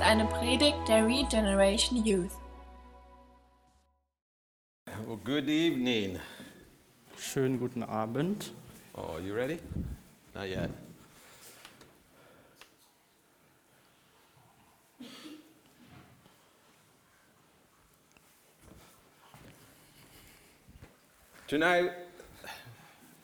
eine Predigt der Regeneration Youth. Well, good evening. Schönen guten Abend. Oh, you ready? Not yet. Tonight,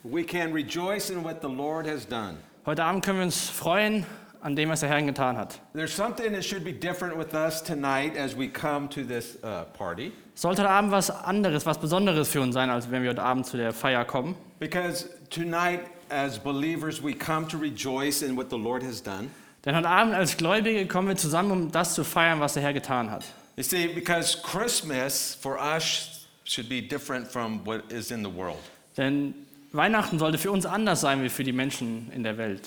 we can rejoice in what the Lord has done. Heute Abend können wir uns freuen an dem, was der Herr getan hat. There's something that should be different with us tonight as we come to this uh, party Es sollte heute Abend was anderes, was Besonderes für uns sein, als wenn wir heute Abend zu der Feier kommen. because tonight, as believers, we come to rejoice in what the Lord has done. Denn heute Abend als Gläubige kommen wir zusammen, um das zu feiern, was der Herr getan hat. You see, because Christmas for us should be different from what is in the world. Denn Weihnachten sollte für uns anders sein wie für die Menschen in der Welt.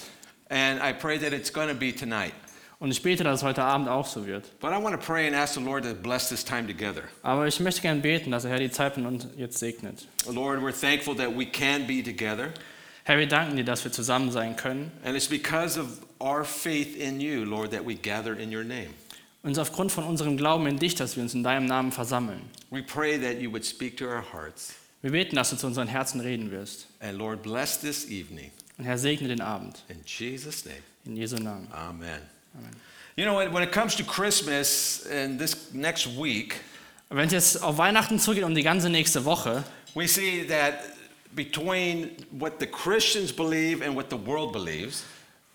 And I pray that it's going to be tonight. Und ich bete, dass es heute Abend auch so wird. But I want to pray and ask the Lord to bless this time together. Aber ich möchte gern beten, dass der Herr die Zeit von uns jetzt segnet. Lord, we're thankful that we can be together. Herr, wir danken dir, dass wir zusammen sein können. And it's because of our faith in you, Lord, that we gather in your name. Uns aufgrund von unserem Glauben in dich, dass wir uns in deinem Namen versammeln. We pray that you would speak to our hearts. Wir beten, dass du zu unseren Herzen reden wirst. And Lord, bless this evening. Und Herr, segne den Abend. In Jesus' name, In Jesu Namen. amen. You know, when when it comes to Christmas and this next week, Wenn es jetzt auf Weihnachten zugeht und die ganze nächste Woche, we see that between what the Christians believe and what the world believes,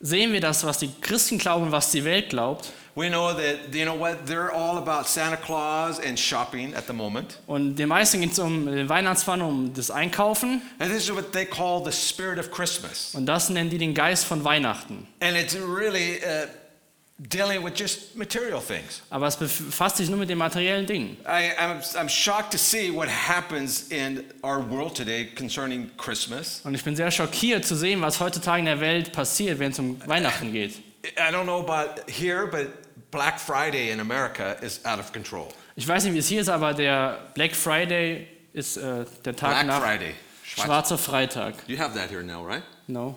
sehen wir das, was die Christen glauben und was die Welt glaubt. we know that, you know what, they're all about Santa Claus and shopping at the moment. Und den meisten geht es um den Weihnachtsmann, um das Einkaufen. And this is what they call the spirit of Christmas. Und das nennen die den Geist von Weihnachten. And it's really uh, dealing with just material things. Aber es befasst sich nur mit den materiellen Dingen. I, I'm, I'm shocked to see what happens in our world today concerning Christmas. Und ich bin sehr schockiert zu sehen, was heutzutage in der Welt passiert, wenn es um Weihnachten geht. I don't know about here, but Black Friday in America is out of control. Ich weiß nicht, wie es hier ist, aber der Black Friday ist äh, der Tag Black nach Friday. Schwarzer Freitag. You have that here now, right? No,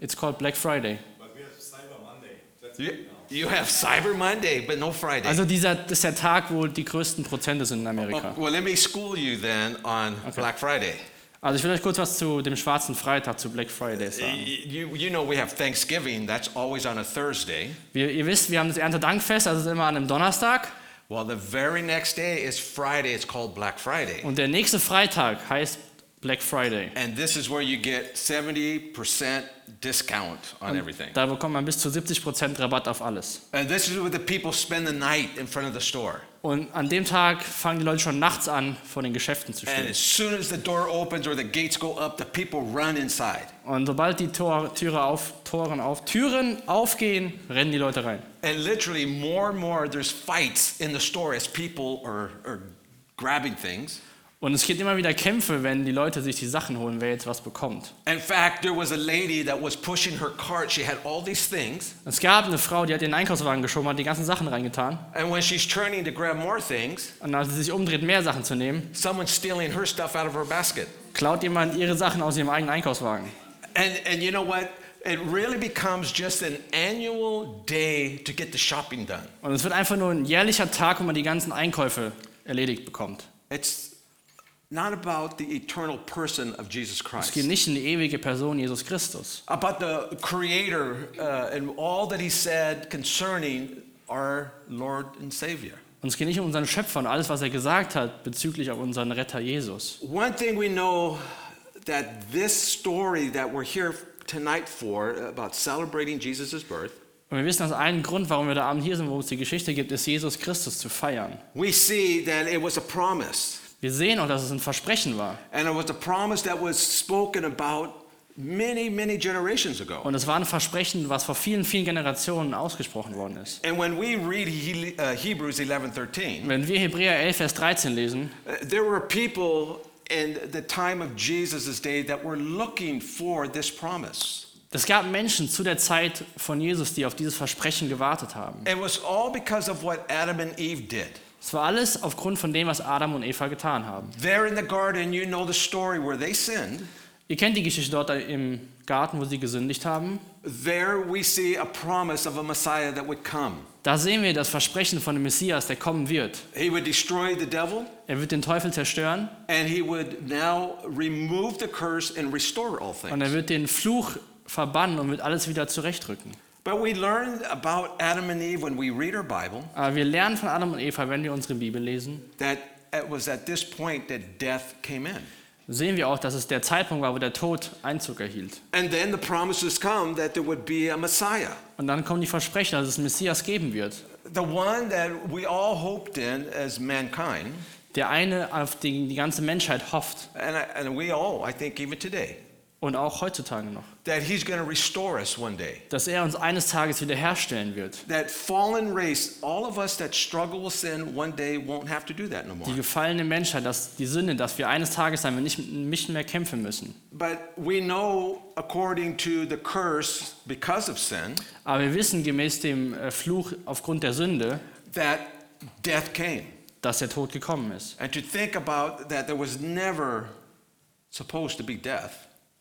it's called Black Friday. But we have Cyber Monday. That's You, you have Cyber Monday, but no Friday. Also dieser das ist der Tag, wo die größten Prozente sind in Amerika. Oh, Well, let me school you then on Black Friday. Also ich will euch kurz was zu dem Schwarzen Freitag, zu Black Friday sagen. You, you know, we have Thanksgiving, that's always on a Thursday. Wir, ihr wisst, wir haben das Erntedankfest, also es ist immer an einem Donnerstag. Well, the very next day is Friday, it's called Black Friday. Und der nächste Freitag heißt Black Friday. And this is where you get 70% discount on everything. Da bekommt man bis zu 70% Rabatt auf alles. And this is where the people spend the night in front of the store. Und an dem Tag fangen die Leute schon nachts an, vor den Geschäften zu And stehen. as soon as the door opens or the gates go up, the people run inside. Und sobald die Tor, Türe auf, Toren auf, Türen aufgehen, rennen die Leute rein. And literally, more and more, there's fights in the store as people are, are grabbing things. Und es gibt immer wieder Kämpfe, wenn die Leute sich die Sachen holen, wer jetzt was bekommt. In fact, there was a lady that was pushing her cart. She had all these things. Es gab eine Frau, die hat den Einkaufswagen geschoben, hat die ganzen Sachen reingetan. And when she's turning to grab more things, Und als sie sich umdreht, mehr Sachen zu nehmen, someone's stealing her stuff out of her basket. klaut jemand ihre Sachen aus ihrem eigenen Einkaufswagen. And, and you know what? It really becomes just an annual day to get the shopping done. Und es wird einfach nur ein jährlicher Tag, wo man die ganzen Einkäufe erledigt bekommt. It's not about the eternal person of Jesus Es Christ. geht nicht in die ewige Person Jesus Christus, about the Creator uh, and all that He said concerning our Lord and Savior. und es geht nicht um unseren Schöpfer und alles, was er gesagt hat bezüglich auf unseren Retter Jesus. One thing we know that this story that we're here tonight for about celebrating Jesus' birth, Und wir wissen, dass ein Grund, warum wir heute Abend hier sind, worum es die Geschichte gibt, ist, Jesus Christus zu feiern. we see that it was a promise. Wir sehen auch, dass es ein Versprechen war. And it was a promise that was spoken about many, many generations ago. Und es war ein Versprechen, was vor vielen, vielen Generationen ausgesprochen worden ist. And when we read he- uh, Hebrews 11:13, Wenn wir Hebräer 11, Vers 13 lesen, uh, there were people in the time of Jesus' day that were looking for this promise. es gab Menschen zu der Zeit von Jesus, die auf dieses Versprechen gewartet haben. It was all because of what Adam and Eve did. Es war alles aufgrund von dem, was Adam und Eva getan haben. There in the garden, you know the story where they sinned. Ihr kennt die Geschichte dort im Garten, wo sie gesündigt haben. There we see a promise of a Messiah that would come. Da sehen wir das Versprechen von dem Messias, der kommen wird. He would destroy the devil, Er wird den Teufel zerstören and he would now remove the curse and restore all und er things. wird den Fluch verbannen und wird alles wieder zurechtrücken. But we learn about Adam and Eve when we read our Bible Aber wir lernen von Adam und Eva, wenn wir unsere Bibel lesen, that it was at this point that death came in. sehen wir auch, dass es der Zeitpunkt war, wo der Tod Einzug erhielt. And then the promises come that there would be a Messiah, Und dann kommen die Versprechen, dass es einen Messias geben wird. the one that we all hoped in as mankind, Der eine, auf den die ganze Menschheit hofft and, I, and we all, I think, even today, und auch heutzutage noch, that he's going to restore us one day. dass er uns eines Tages wiederherstellen wird. That fallen race, all of us that struggle with sin one day won't have to do that no Die more. gefallene Menschheit, dass die Sünde, dass wir eines Tages dann nicht, nicht mehr kämpfen müssen. But we know, according to the curse, because of sin, Aber wir wissen gemäß dem äh, Fluch aufgrund der Sünde, that death came. dass der Tod gekommen ist. And to think about that there was never supposed to be death.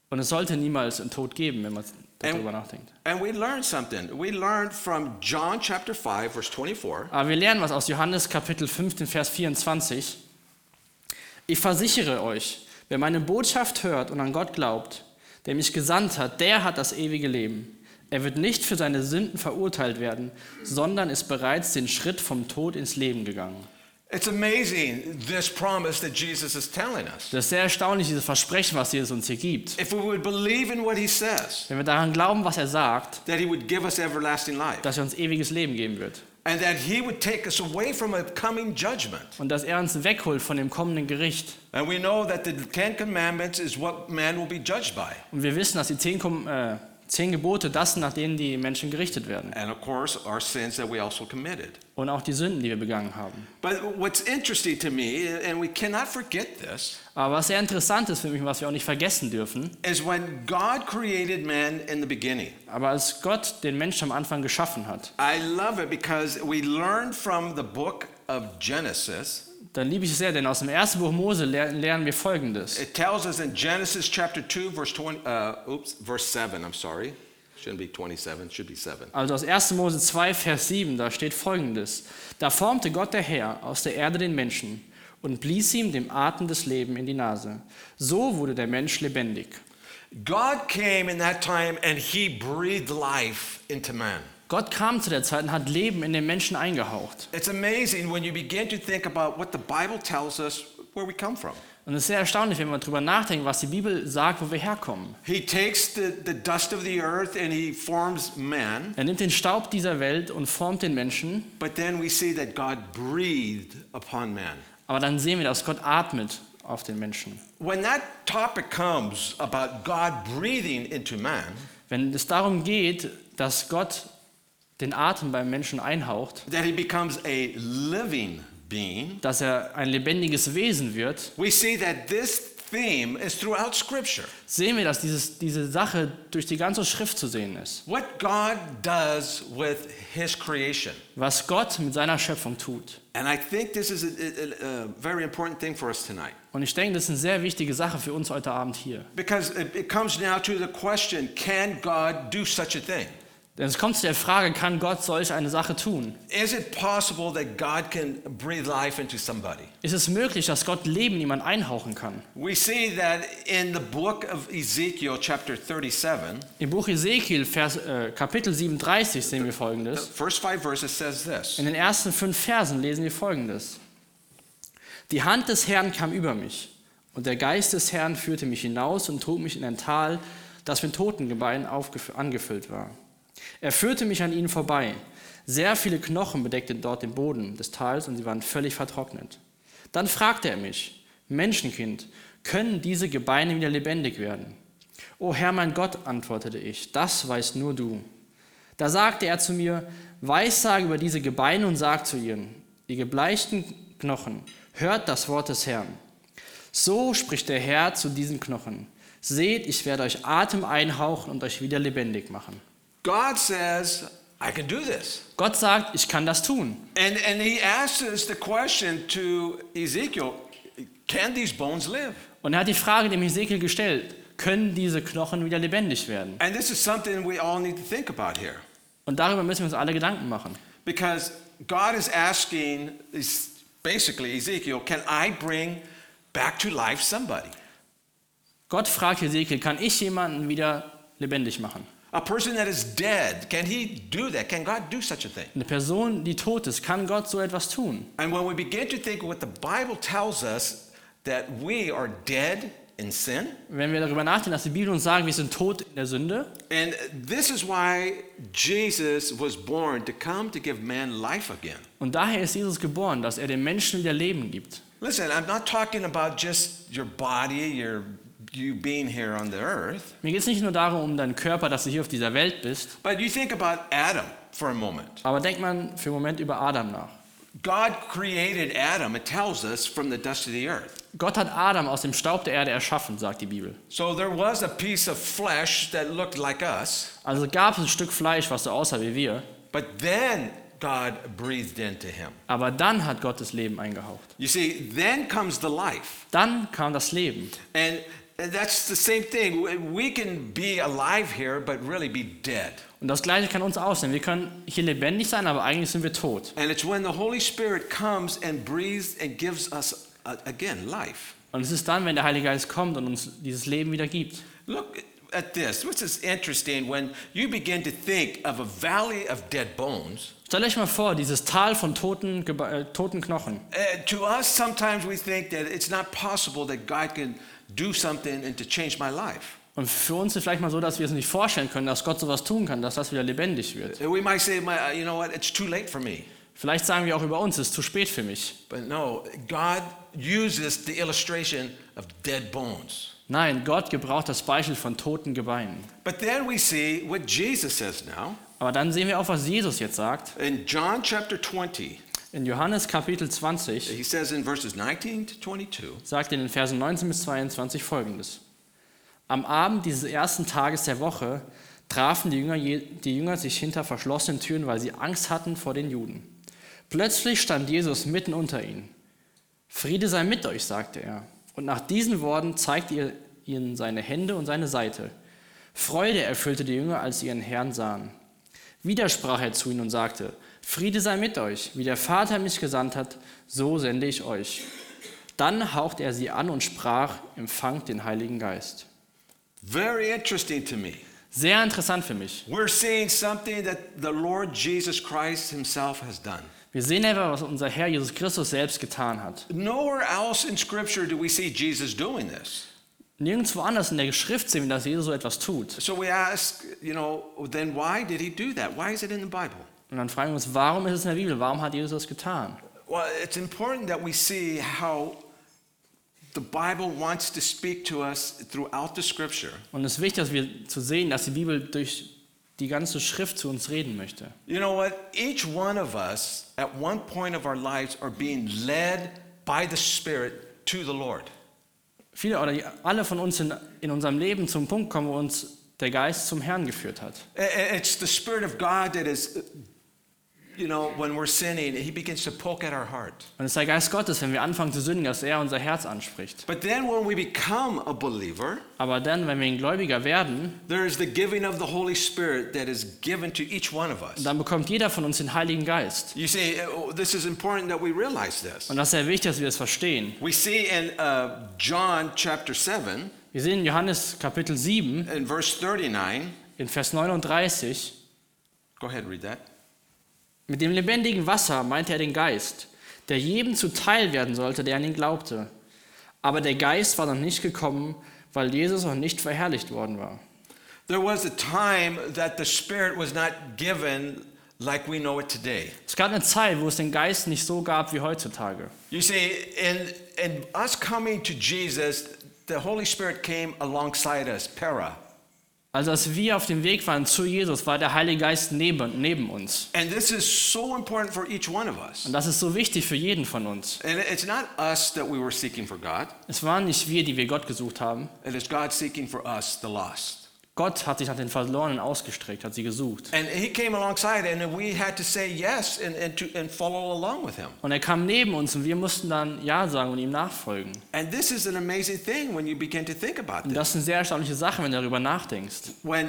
Und es sollte niemals einen Tod geben, wenn man darüber Ähm. nachdenkt. And we learned something. We learned from John chapter 5, verse 24, Aber wir lernen was aus Johannes Kapitel 15, Vers 24. Ich versichere euch, wer meine Botschaft hört und an Gott glaubt, der mich gesandt hat, der hat das ewige Leben. Er wird nicht für seine Sünden verurteilt werden, sondern ist bereits den Schritt vom Tod ins Leben gegangen. It's amazing this promise that Jesus is telling us. Das ist sehr erstaunlich, dieses Versprechen, was Jesus uns hier gibt. If we would believe in what he says, Wenn wir daran glauben, was er sagt, that he would give us everlasting life, dass er uns ewiges Leben geben wird. and that he would take us away from a coming judgment. Und dass er uns wegholt von dem kommenden Gericht. And we know that the Ten Commandments is what man will be judged by. Und wir wissen, dass die zehn, Kom- äh, zehn Gebote das sind, nach denen die Menschen gerichtet werden. And of course, our sins that we also committed. Und auch die Sünden, die wir begangen haben. But what's interesting to me, and we cannot forget this, Aber was sehr interessant ist für mich, und was wir auch nicht vergessen dürfen, is when God created man in the beginning. aber als Gott den Menschen am Anfang geschaffen hat, I love it because we learn from the book of Genesis. dann liebe ich es sehr, denn aus dem ersten Buch Mose ler- lernen wir Folgendes. It tells us in Genesis chapter 2, verse 20, uh, oops, verse 7, I'm sorry. Shouldn't be 27, should be 7. Also aus 1. Mose 2, Vers 7, da steht folgendes. Da formte Gott der Herr aus der Erde den Menschen und blies ihm dem Atem des Lebens in die Nase. So wurde der Mensch lebendig. God came in that time and he breathed life into man. Gott kam zu der Zeit und hat Leben in den Menschen eingehaucht. It's amazing when you begin to think about what the Bible tells us where we come from. Und es ist sehr erstaunlich, wenn man darüber nachdenkt, was die Bibel sagt, wo wir herkommen. He takes the, the dust of the earth and he forms man, Er nimmt den Staub dieser Welt und formt den Menschen, but then we see that God breathed upon man. aber dann sehen wir, dass Gott atmet auf den Menschen. When that topic comes about God breathing into man, Wenn es darum geht, dass Gott den Atem beim Menschen einhaucht, that he becomes a living being, dass er ein lebendiges Wesen wird, we see that this theme is throughout Scripture. sehen wir, dass dieses, diese Sache durch die ganze Schrift zu sehen ist. What God does with his creation. Was Gott mit seiner Schöpfung tut. And I think this is a, a- a- a very important thing for us tonight Und ich denke, das ist eine sehr wichtige Sache für uns heute Abend hier. because it, it comes now to the question can God do such a thing? Denn es kommt zu der Frage, kann Gott solch eine Sache tun? Is it possible that God can breathe life into somebody? Ist es möglich, dass Gott Leben in jemand einhauchen kann? We see that in the book of Ezekiel, chapter 37, Im Buch Ezekiel, Vers, äh, Kapitel 37, sehen wir the folgendes. first five verses says this In den ersten fünf Versen lesen wir folgendes. Die Hand des Herrn kam über mich, und der Geist des Herrn führte mich hinaus und trug mich in ein Tal, das mit Totengebeinen aufgef- angefüllt war. Er führte mich an ihnen vorbei. Sehr viele Knochen bedeckten dort den Boden des Tals und sie waren völlig vertrocknet. Dann fragte er mich, Menschenkind, können diese Gebeine wieder lebendig werden? O Herr mein Gott, antwortete ich, das weißt nur du. Da sagte er zu mir, Weissage über diese Gebeine und sag zu ihnen, ihr gebleichten Knochen, hört das Wort des Herrn. So spricht der Herr zu diesen Knochen. Seht, ich werde euch Atem einhauchen und euch wieder lebendig machen. God says, I can do this. Gott sagt, ich kann das tun. And, and he asks us the question to Ezekiel can these bones live? Und er hat die Frage dem Hesekiel gestellt, können diese Knochen wieder lebendig werden? And this is something we all need to think about here. Und darüber müssen wir uns alle Gedanken machen. Because God is asking, is basically Ezekiel, can I bring back to life somebody? Gott fragt Hesekiel, kann ich jemanden wieder lebendig machen? A person that is dead, can he do that? Can God do such a thing? Eine Person, die tot ist, kann Gott so etwas tun? And when we begin to think what the Bible tells us that we are dead in sin, Wenn wir darüber nachdenken, dass die Bibel uns sagt, wir sind tot in der Sünde, and this is why Jesus was born to come to give man life again. und daher ist Jesus geboren, dass er den Menschen wieder Leben gibt. Listen, I'm not talking about just your body, your you being here on the earth, Mir geht es nicht nur darum, um deinen Körper, dass du hier auf dieser Welt bist, but you think about Adam for a moment. aber denkt man für einen Moment über Adam nach. God created Adam, it tells us, from the dust of the earth. Gott hat Adam aus dem Staub der Erde erschaffen, sagt die Bibel. So there was a piece of flesh that looked like us, Also gab es ein Stück Fleisch, was so aussah wie wir, but then God breathed into him. aber dann hat Gott das Leben eingehaucht. You see, then comes the life. Dann kam das Leben. And that's the same thing. We- We can be alive here, but really be dead. Und das Gleiche kann uns aussehen. Wir können hier lebendig sein, aber eigentlich sind wir tot. And it's when the Holy Spirit comes and breathes and gives us, uh, again, life. Und es ist dann, wenn der Heilige Geist kommt und uns dieses Leben wieder gibt. Look at this. This is interesting when you begin to think of a valley of dead bones. Stellt euch mal vor, dieses Tal von toten, Geba- äh, toten Knochen. Uh, to us, sometimes we think that it's not possible that God can do something and to change my life. Und für uns ist vielleicht mal so, dass wir es nicht vorstellen können, dass Gott sowas tun kann, dass das wieder lebendig wird. And we might say, "My- uh, you know what, it's too late for me. Vielleicht sagen wir auch über uns, es ist zu spät für mich. But no, God uses the illustration of dead bones. Nein, Gott gebraucht das Beispiel von toten Gebeinen. But then we see what Jesus says now Aber dann sehen wir auch, was Jesus jetzt sagt. in John chapter 20. In Johannes Kapitel 20 He says in verses 19 to 22, sagt in den Versen 19 bis 22 folgendes. Am Abend dieses ersten Tages der Woche trafen die Jünger, Je- die Jünger sich hinter verschlossenen Türen, weil sie Angst hatten vor den Juden. Plötzlich stand Jesus mitten unter ihnen. Friede sei mit euch, sagte er. Und nach diesen Worten zeigte er ihnen seine Hände und seine Seite. Freude erfüllte die Jünger, als sie ihren Herrn sahen. Wieder sprach er zu ihnen und sagte, Friede sei mit euch, wie der Vater mich gesandt hat, so sende ich euch. Dann hauchte er sie an und sprach, empfangt den Heiligen Geist. very interesting to me. Sehr interessant für mich. We're seeing something that the Lord Jesus Christ himself has done. Wir sehen einfach, was unser Herr Jesus Christus selbst getan hat. Nowhere else in Scripture do we see Jesus doing this. Nirgendwo anders in der Schrift sehen wir, dass Jesus so etwas tut. So we ask, you know, then why did he do that? Why is it in the Bible? Und dann fragen wir uns, warum ist es in der Bibel? Warum hat Jesus das getan? Well, it's important that we see how the Bible wants to speak to us throughout the Scripture. Und es ist wichtig, dass wir zu sehen, dass die Bibel durch die ganze Schrift zu uns reden möchte. You know what? Each one of us, at one point of our lives, are being led by the Spirit to the Lord. Viele oder die, alle von uns in, in unserem Leben zum Punkt kommen, wo uns der Geist zum Herrn geführt hat. I- i- It's the Spirit of God that is, you know, when we're sinning, He begins to poke at our heart. Und es ist der Geist Gottes, wenn wir anfangen zu sündigen, dass er unser Herz anspricht. But then when we become a believer, Aber dann, wenn wir ein Gläubiger werden, there is the giving of the Holy Spirit that is given to each one of us. dann bekommt jeder von uns den Heiligen Geist. You see, uh, this is important that we realize this. Und das ist sehr wichtig, dass wir das verstehen. We see in uh, John chapter 7, Wir sehen in Johannes Kapitel 7, in verse 39, in Vers 39, go ahead and read that. mit dem lebendigen Wasser meinte er den Geist, der jedem zuteil werden sollte, der an ihn glaubte. Aber der Geist war noch nicht gekommen, weil Jesus noch nicht verherrlicht worden war. There was a time that the Spirit was not given like we know it today. Es gab eine Zeit, wo es den Geist nicht so gab wie heutzutage. You see, in, in us coming to Jesus, the Holy Spirit came alongside us, para. Also als wir auf dem Weg waren zu Jesus, war der Heilige Geist neben, neben uns. And this is so important for each one of us. Und das ist so wichtig für jeden von uns. And it's not us that we were seeking for God, Es waren nicht wir, die wir Gott gesucht haben. it is God seeking for us, the lost. Gott hat sich nach den Verlorenen ausgestreckt, hat sie gesucht. And He came alongside, and we had to say yes and, and, to, and follow along with Him. Und er kam neben uns und wir mussten dann Ja sagen und ihm nachfolgen. And this is an amazing thing when you begin to think about Und this. das ist eine sehr erstaunliche Sache, wenn du darüber nachdenkst. When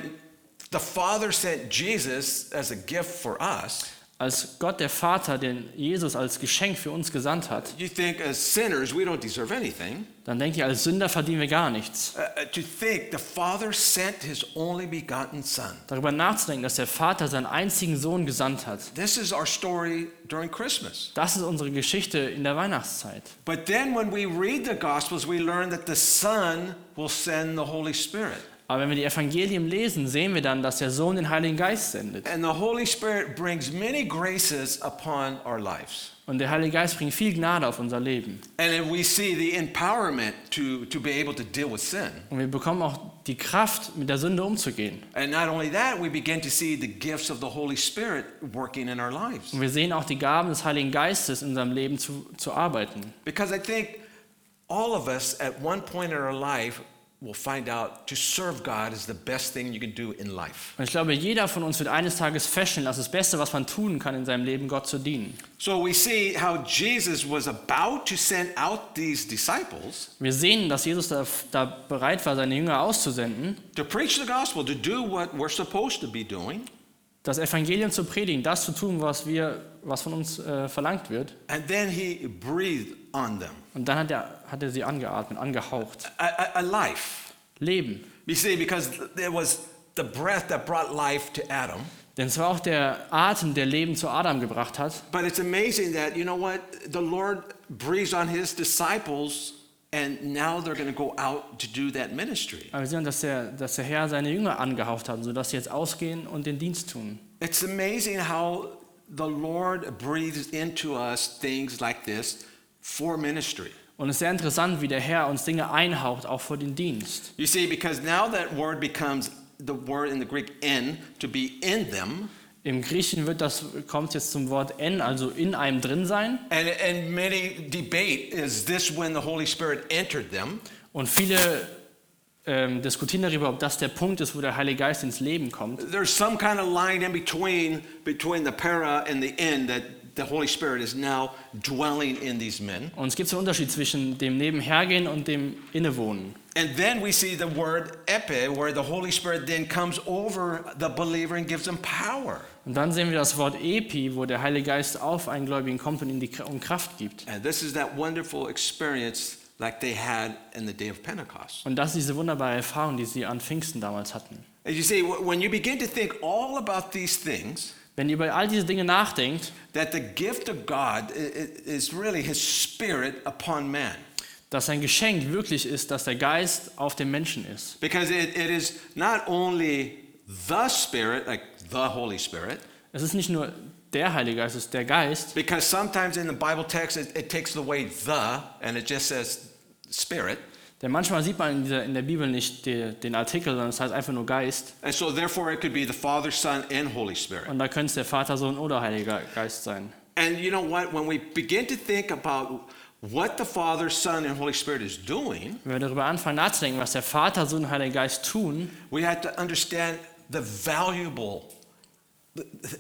the Father sent Jesus as a gift for us, Als Gott der Vater, den Jesus als Geschenk für uns gesandt hat, You think as sinners, we don't deserve anything. dann denkt ihr, als Sünder verdienen wir gar nichts. Uh, uh, to think the Father sent his only begotten Son. Darüber nachzudenken, dass der Vater seinen einzigen Sohn gesandt hat, This is our story during Christmas. das ist unsere Geschichte in der Weihnachtszeit. But then when we read the Gospels, we learn that the Son will send the Holy Spirit. Aber wenn wir die Evangelien lesen, sehen wir dann, dass der Sohn den Heiligen Geist sendet. And the Holy Spirit brings many graces upon our lives. Und der Heilige Geist bringt viel Gnade auf unser Leben. And then we see the empowerment to, to be able to deal with sin. Und wir bekommen auch die Kraft, mit der Sünde umzugehen. And not only that, we begin to see the gifts of the Holy Spirit working in our lives. Und wir sehen auch die Gaben des Heiligen Geistes in unserem Leben zu, zu arbeiten. Because I think all of us at one point in our life will find out to serve God is the best thing you can do in life. Und ich glaube, jeder von uns wird eines Tages feststellen, dass das Beste, was man tun kann in seinem Leben, Gott zu dienen. So we see how Jesus was about to send out these disciples Wir sehen, dass Jesus da, da bereit war, seine Jünger auszusenden, to preach the gospel, to do what we're supposed to be doing. das Evangelium zu predigen, das zu tun, was, wir, was von uns äh, verlangt wird. And then he breathed on them Und dann hat er, hat er sie angeatmet, angehaucht. a, a, a life. Leben. You see, because there was the breath that brought life to Adam. Denn es war auch der Atem, der Leben zu Adam gebracht hat. But it's amazing that, you know what, the Lord breathes on his disciples, and now they're going to go out to do that ministry. Aber wir sehen, dass der, dass der Herr seine Jünger angehaucht hat, sodass sie jetzt ausgehen und den Dienst tun. It's amazing how the Lord breathes into us things like this for ministry. Und es ist sehr interessant, wie der Herr uns Dinge einhaucht, auch für den Dienst. You see, because now that word becomes the word in the Greek in, to be in them. Im Griechischen wird das, kommt jetzt zum Wort en, also in einem drin sein. And, and many debate is this when the Holy Spirit entered them? Und viele ähm, diskutieren darüber, ob das der Punkt ist, wo der Heilige Geist ins Leben kommt. There's some kind of line in between between the para and the in that the Holy Spirit is now dwelling in these men. Und es gibt so einen Unterschied zwischen dem Nebenhergehen und dem Innewohnen. And then we see the word epe, where the Holy Spirit then comes over the believer and gives them power. Und dann sehen wir das Wort Epi, wo der Heilige Geist auf einen Gläubigen kommt und ihm die Kr- und Kraft gibt. And this is that wonderful experience like they had in the day of Pentecost. Und das ist diese wunderbare Erfahrung, die sie an Pfingsten damals hatten. As you see, wh- when you begin to think all about these things, Wenn ihr über all diese Dinge nachdenkt, that the gift of God i- i- is really His Spirit upon man. dass ein Geschenk wirklich ist, dass der Geist auf dem Menschen ist. Because it, it is not only the Spirit, like the Holy Spirit, Es ist nicht nur der Heilige Geist, es ist der Geist. because sometimes in the Bible text it, it takes away the and it just says Spirit. Denn manchmal sieht man in der, in der Bibel nicht die, den Artikel, sondern es heißt einfach nur Geist. And so therefore it could be the Father, Son, and Holy Spirit. Und da könnte es der Vater, Sohn oder Heiliger Geist sein. And you know what? When we begin to think about what the Father, Son, and Holy Spirit is doing, Wenn wir darüber anfangen nachzudenken, was der Vater, Sohn und Heiliger Geist tun, we have to understand the valuable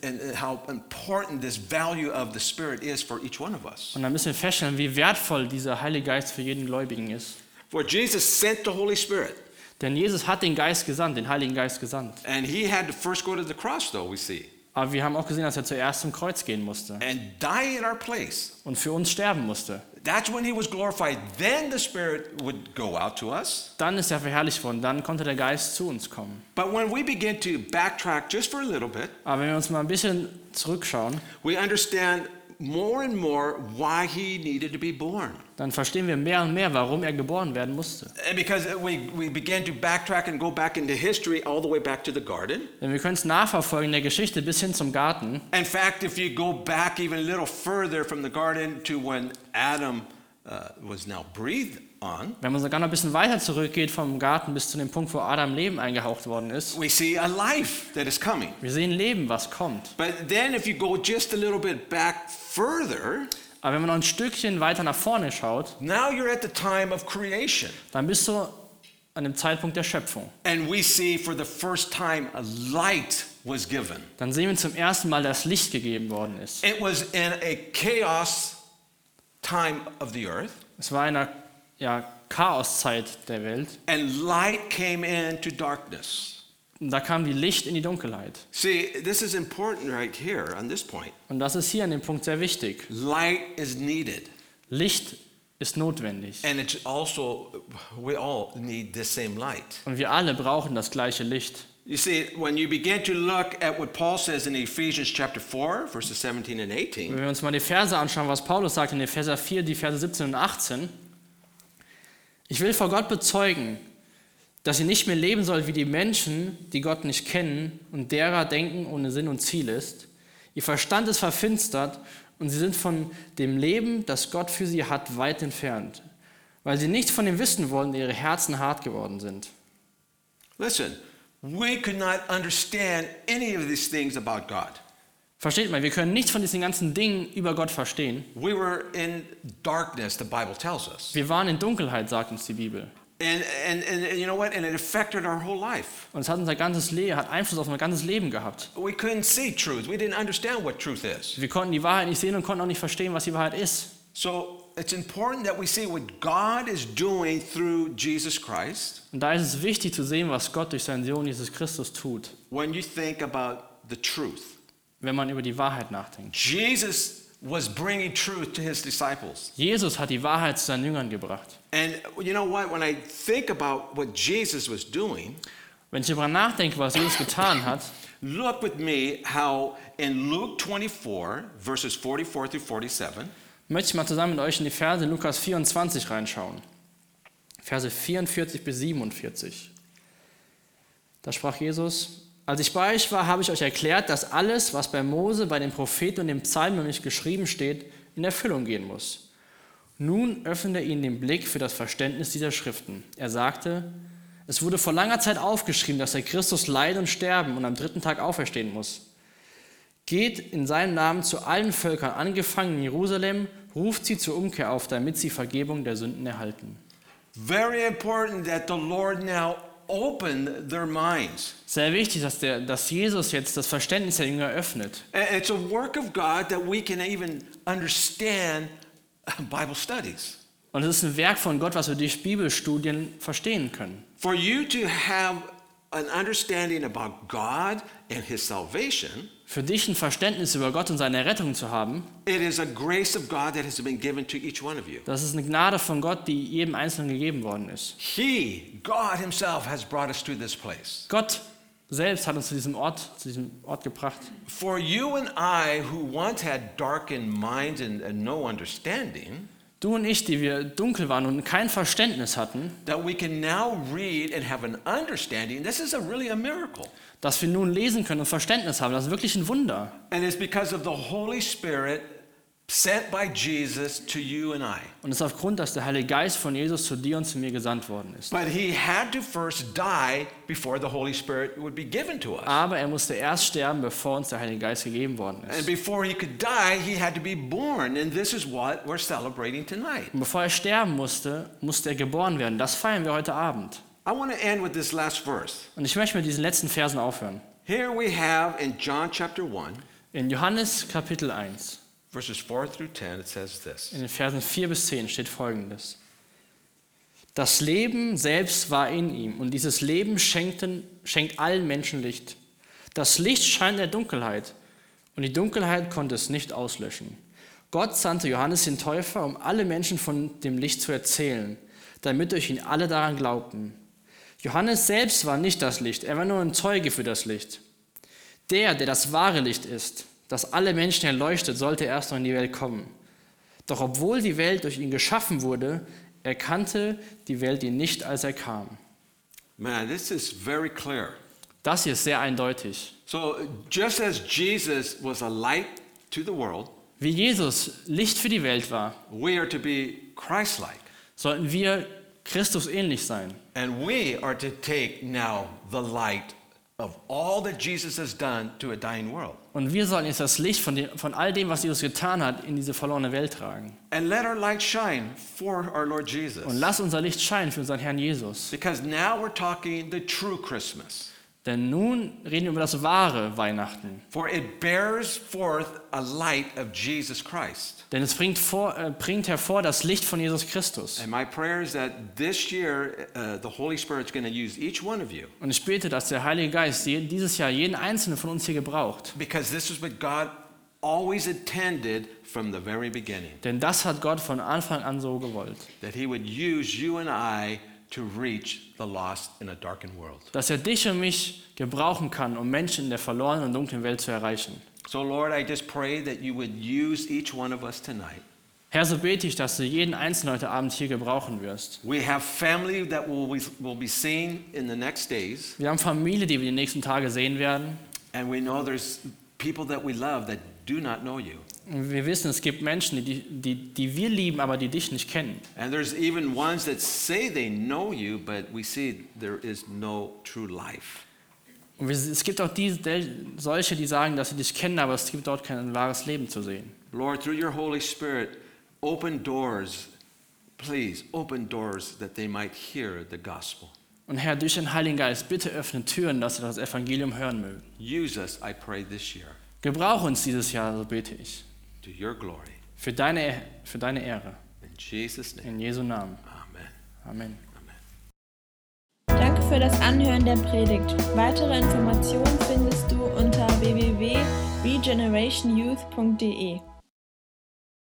and and how important this value of the Spirit is for each one of us. und dann müssen wir feststellen, wie wertvoll dieser Heilige Geist für jeden Gläubigen ist. For Jesus sent the Holy Spirit. Denn Jesus hat den Geist gesandt, den Heiligen Geist gesandt. And he had to first go to the cross, though, we see, Aber wir haben auch gesehen, dass er zuerst zum Kreuz gehen musste and die in our place. und für uns sterben musste. That's when he was glorified. Then the Spirit would go out to us. Dann ist er verherrlicht worden, dann konnte der Geist zu uns kommen. But when we begin to backtrack just for a little bit, Aber wenn wir uns mal ein bisschen zurückschauen, we understand more and more why he needed to be born. dann verstehen wir mehr und mehr, warum er geboren werden musste. And because we, we begin to backtrack and go back into history all the way back to the garden. Denn wir können es nachverfolgen in der Geschichte bis hin zum Garten. In fact, if you go back even a little further from the garden to when Adam uh, was now breathed on, Wenn man sogar noch ein bisschen weiter zurückgeht vom Garten bis zu dem Punkt, wo Adam Leben eingehaucht worden ist, we see a life that is coming. wir sehen Leben, was kommt. But then, if you go just a little bit back further, Aber wenn man noch ein Stückchen weiter nach vorne schaut, now you're at the time of creation. dann bist du an dem Zeitpunkt der Schöpfung. And we see for the first time a light was given. Dann sehen wir zum ersten Mal, dass Licht gegeben worden ist. It was in a chaos time of the earth, Es war eine ja, Chaoszeit der Welt and light came into darkness. Und da kam die Licht in die Dunkelheit. See, this is important right here on this point. Und das ist hier an dem Punkt sehr wichtig. Light is needed. Licht ist notwendig. And it's also, we all need the same light. Und wir alle brauchen das gleiche Licht. You see, when you begin to look at what Paul says in Ephesians chapter 4, verses 17 and 18, Wenn wir uns mal die Verse anschauen, was Paulus sagt in Epheser 4, die Verse 17 und 18. Ich will vor Gott bezeugen, dass ihr nicht mehr leben sollt wie die Menschen, die Gott nicht kennen und derer denken ohne Sinn und Ziel ist. Ihr Verstand ist verfinstert und sie sind von dem Leben, das Gott für sie hat, weit entfernt, weil sie nichts von dem wissen wollen und ihre Herzen hart geworden sind. listen, we could not understand any of these things about God. Versteht mal, wir können nichts von diesen ganzen Dingen über Gott verstehen. We were in darkness, the Bible tells us. Wir waren in Dunkelheit, sagt uns die Bibel. And, and, and, and you know what? And it affected our whole life. Und es hat unser ganzes Leben, hat Einfluss auf unser ganzes Leben gehabt. We couldn't see truth. We didn't understand what truth is. Wir konnten die Wahrheit nicht sehen und konnten auch nicht verstehen, was die Wahrheit ist. So it's important that we see what God is doing through Jesus Christ Und da ist es wichtig zu sehen, was Gott durch seinen Sohn Jesus Christus tut, when you think about the truth. wenn man über die Wahrheit nachdenkt. Jesus was bringing truth to his disciples. Jesus hat die Wahrheit zu seinen Jüngern gebracht. And you know what? When I think about what Jesus was doing, Wenn ich darüber nachdenke, was Jesus getan hat, look with me how in Luke 24, verses 44 through 47, möchte ich mal zusammen mit euch in die Verse in Lukas 24 reinschauen. Verse 44 bis 47. Da sprach Jesus, als ich bei euch war, habe ich euch erklärt, dass alles, was bei Mose, bei den Propheten und dem Psalm nämlich geschrieben steht, in Erfüllung gehen muss. Nun öffnete er ihnen den Blick für das Verständnis dieser Schriften. Er sagte, es wurde vor langer Zeit aufgeschrieben, dass der Christus leiden und sterben und am dritten Tag auferstehen muss. Geht in seinem Namen zu allen Völkern, angefangen in Jerusalem, ruft sie zur Umkehr auf, damit sie Vergebung der Sünden erhalten. very important that the Lord now opened their minds. Sehr wichtig, dass, der, dass Jesus jetzt das Verständnis der Jünger öffnet. And It's a work of God that we can even understand uh, Bible studies. Und es ist ein Werk von Gott, was wir durch Bibelstudien verstehen können. For you to have an understanding about God and His salvation, Für dich ein Verständnis über Gott und seine Rettung zu haben, it is a grace of God that has been given to each one of you. das ist eine Gnade von Gott, die jedem Einzelnen gegeben worden ist. He, God Himself, has brought us to this place. Gott selbst hat uns zu diesem Ort, zu diesem Ort gebracht. For you and I, who once had darkened minds and, and no understanding, Du und ich, die wir dunkel waren und kein Verständnis hatten, that we can now read and have an understanding, this is a really a miracle. dass wir nun lesen können und Verständnis haben, das ist wirklich ein Wunder. And it's because of the Holy Spirit sent by Jesus to you and I. Und es ist aufgrund, dass der Heilige Geist von Jesus zu dir und zu mir gesandt worden ist. But he had to first die before the Holy Spirit would be given to us. Aber er musste erst sterben, bevor uns der Heilige Geist gegeben worden And ist. before he could die, he had to be born. And this is what we're celebrating tonight. Und bevor er sterben musste, musste er geboren werden. Das feiern wir heute Abend. I want to end with this last verse. Und ich möchte mit diesen letzten Versen aufhören. Here we have in John chapter 1, In Johannes Kapitel 1, verses 4 through 10, it says this in den Versen 4 bis 10 steht folgendes. Das Leben selbst war in ihm und dieses Leben schenkten, schenkt allen Menschen Licht. Das Licht scheint in der Dunkelheit und die Dunkelheit konnte es nicht auslöschen. Gott sandte Johannes den Täufer, um alle Menschen von dem Licht zu erzählen, damit durch ihn alle daran glaubten. Johannes selbst war nicht das Licht, er war nur ein Zeuge für das Licht. Der, der das wahre Licht ist, das alle Menschen erleuchtet, sollte erst noch in die Welt kommen. Doch obwohl die Welt durch ihn geschaffen wurde, erkannte die Welt ihn nicht, als er kam. Man, this is very clear. Das hier ist sehr eindeutig. So, just as Jesus was a light to the world, Wie Jesus Licht für die Welt war, we are to be Christ like. sollten wir Christus ähnlich sein. And we are to take now the light of all that Jesus has done to a dying world. Und wir sollen jetzt das Licht von, dem, von all dem, was Jesus getan hat, in diese verlorene Welt tragen. And let our light shine for our Lord Jesus. Und lass unser Licht scheinen für unseren Herrn Jesus. Because now we're talking the true Christmas. Denn nun reden wir über das wahre Weihnachten. For it bears forth a light of Jesus Christ. Denn es bringt, vor, äh, bringt hervor das Licht von Jesus Christus. And my prayer is that this year, uh, the Holy Spirit's going to use each one of you Und ich bete, dass der Heilige Geist je- dieses Jahr jeden einzelnen von uns hier gebraucht. because this is what God always intended from the very beginning Denn das hat Gott von Anfang an so gewollt. that He would use you and I to reach the lost in a darkened world. Dass er dich und mich gebrauchen kann, um Menschen in der verlorenen und dunklen Welt zu erreichen. So, Lord, I just pray that you would use each one of us tonight. Herr, so bete ich, dass du jeden Einzelnen heute Abend hier gebrauchen wirst. We have family that will be, will be seen in the next days, Wir haben Familie, die wir die nächsten Tage sehen werden. and we know there's people that we love that do not know you. Und wir wissen, es gibt Menschen, die, die, die wir lieben, aber die dich nicht kennen. And there's even ones that say they know you, but we see there is no true life. Und wir- es gibt auch die, de- solche, die sagen, dass sie dich kennen, aber es gibt dort kein wahres Leben zu sehen. Lord, through your Holy Spirit, open doors, please, open doors that they might hear the gospel. Und Herr, durch den Heiligen Geist, bitte öffne Türen, dass sie das Evangelium hören mögen. Use us, I pray, this year Gebrauch uns dieses Jahr, so bete ich. to your glory. Für deine, für deine Ehre. In Jesus' name, In Jesu Namen. amen. Amen. Danke für das Anhören der Predigt. Weitere Informationen findest du unter www.regenerationyouth.de.